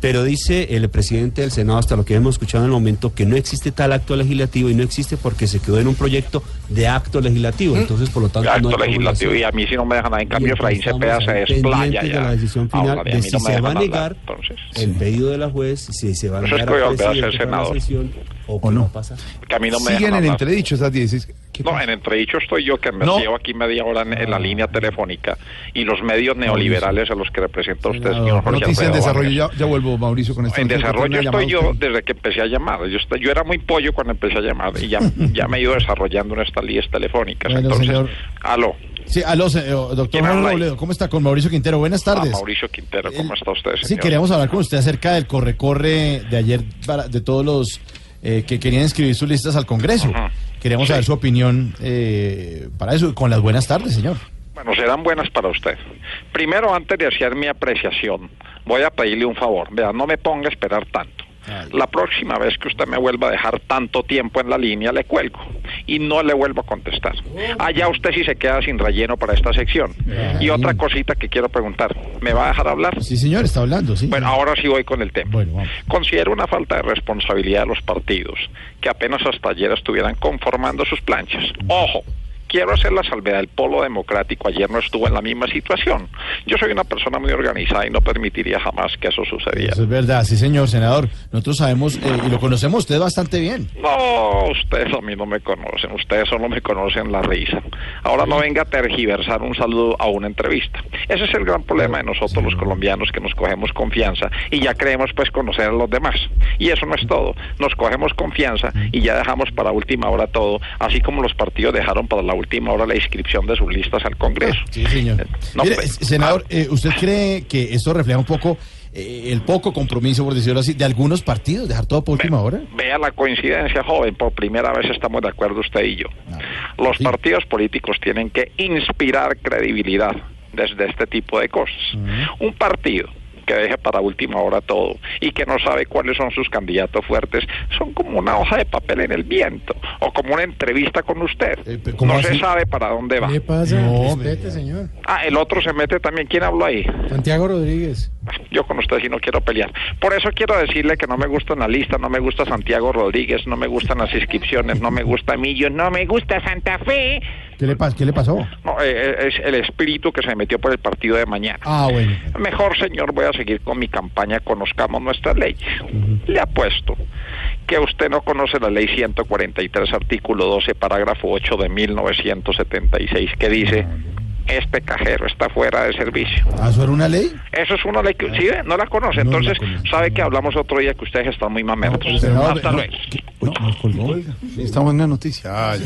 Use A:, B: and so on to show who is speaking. A: Pero dice el presidente del Senado, hasta lo que hemos escuchado en el momento, que no existe tal acto legislativo y no existe porque se quedó en un proyecto de acto legislativo. Entonces, por lo tanto,
B: Mm. acto
A: no hay
B: legislativo
A: regulación.
B: y a mí si no me dejan ahí, en cambio Efraín
A: estamos
B: Cepeda se
A: pendientes
B: desplaya
A: de
B: ya.
A: la decisión
B: Ahora,
A: final
B: a mí
A: de
B: no
A: si
B: me
A: se
B: dejan
A: va a
B: hablar,
A: negar Eh,
B: entonces,
A: El pedido de la juez, si se va a
B: Eso es
A: negar
B: que voy a
A: al
B: volver a ser
A: presidente para la
B: senador.
A: sesión o,
C: ¿O
A: qué
C: no?
A: va a pasar.
B: que a mí no me
C: Siguen
B: dejan
C: en
B: hablar.
C: entredicho esas 16. ¿Qué
B: No,
C: pasa?
B: en entredicho estoy yo que me
C: No.
B: llevo aquí media hora en, en la línea telefónica y los medios neoliberales a los que representa usted,
A: Senador,
B: señor Jorge
C: Noticia en
B: Alfredo
C: desarrollo.
B: Vargas.
C: Ya, ya vuelvo, Mauricio, con esta
B: En
C: noticia que
B: desarrollo
C: tiene
B: estoy
C: llamado
B: yo
C: usted.
B: desde que empecé a llamar. Yo, est- yo era muy pollo cuando empecé a llamar y ya, ya me he ido desarrollando en estas líneas telefónicas.
C: Bueno,
B: Entonces,
C: señor.
B: aló,
C: Sí, aló, se- eh, doctor
B: ¿Quién habla
C: Jorge
B: ahí?
C: Robledo. ¿Cómo está? Con Mauricio Quintero. Buenas
B: a
C: tardes.
B: Mauricio Quintero, ¿cómo
C: El-
B: está usted, señor?
C: Sí, queríamos hablar con usted acerca del corre-corre de ayer para- de todos los eh, que querían inscribir sus listas al Congreso.
B: Ajá.
C: Queríamos
B: Sí.
C: saber su opinión eh, para eso. Con las buenas tardes, señor.
B: Bueno, serán buenas para usted. Primero, antes de hacer mi apreciación, voy a pedirle un favor. Vea, no me ponga a esperar tanto.
C: Ay.
B: La próxima vez que usted me vuelva a dejar tanto tiempo en la línea, le cuelgo y no le vuelvo a contestar. Allá usted sí se queda sin relleno para esta sección. Y
C: Ay.
B: otra cosita que quiero preguntar, ¿me va a dejar hablar?
C: Sí, señor, está hablando, sí.
B: Bueno, ahora sí voy con el tema.
C: Bueno, vamos.
B: Considero una falta de responsabilidad de los partidos que apenas hasta ayer estuvieran conformando sus planchas.
C: Mm.
B: Ojo. Quiero hacer la salvedad. El polo democrático ayer no estuvo en la misma situación. Yo soy una persona muy organizada y no permitiría jamás que eso sucediera.
C: Eso es verdad, sí, señor senador. Nosotros sabemos eh, y lo conocemos usted bastante bien.
B: No, ustedes a mí no me conocen, ustedes solo me conocen la risa. Ahora no venga a tergiversar un saludo a una entrevista. Ese es el gran problema de nosotros los colombianos que nos cogemos confianza y ya creemos pues conocer a los demás. Y eso no es todo, nos cogemos confianza y ya dejamos para última hora todo, así como los partidos dejaron para la última hora la inscripción de sus listas al Congreso.
C: Sí, señor.
B: No,
C: Mire,
B: pues,
C: eh, senador, eh, ¿usted cree que esto refleja un poco eh, el poco compromiso, por decirlo así, de algunos partidos, dejar todo por última hora?
B: Vea la coincidencia, joven, por primera vez estamos de acuerdo usted y yo.
C: No.
B: Los
C: Ah, Sí.
B: partidos políticos tienen que inspirar credibilidad desde este tipo de cosas. Un partido que deje para última hora todo y que no sabe cuáles son sus candidatos fuertes, son como una hoja de papel en el viento o como una entrevista con usted.
C: Eh, pero ¿cómo
B: no
C: así?
B: se sabe para dónde va.
D: ¿Qué pasa?
C: No,
D: Respete,
C: hombre.
D: señor.
B: Ah, el otro se mete también. ¿Quién habló ahí?
D: Santiago Rodríguez.
B: Yo con usted sí no quiero pelear. Por eso quiero decirle que no me gusta la lista, no me gusta Santiago Rodríguez, no me gustan las inscripciones, no me gusta Millo, no me gusta Santa Fe.
C: ¿Qué le, pas- qué le pasó?
B: No, eh, eh, es el espíritu que se metió por el partido de mañana.
C: Ah, bueno.
B: Mejor, señor, voy a seguir con mi campaña Conozcamos nuestras leyes. Le apuesto que usted no conoce la ley 143, artículo 12, parágrafo 8 de 1976, que dice, este cajero está fuera de servicio.
C: ¿Ah, eso era una ley?
B: Eso es una ley que sí, no la conoce.
C: No la
B: Entonces,
C: conoce.
B: sabe que hablamos otro día que ustedes están muy mamertos.
C: Senador,
B: Hasta
C: no,
B: luego.
C: que- uy, nos colgó.
D: Estamos en una noticia.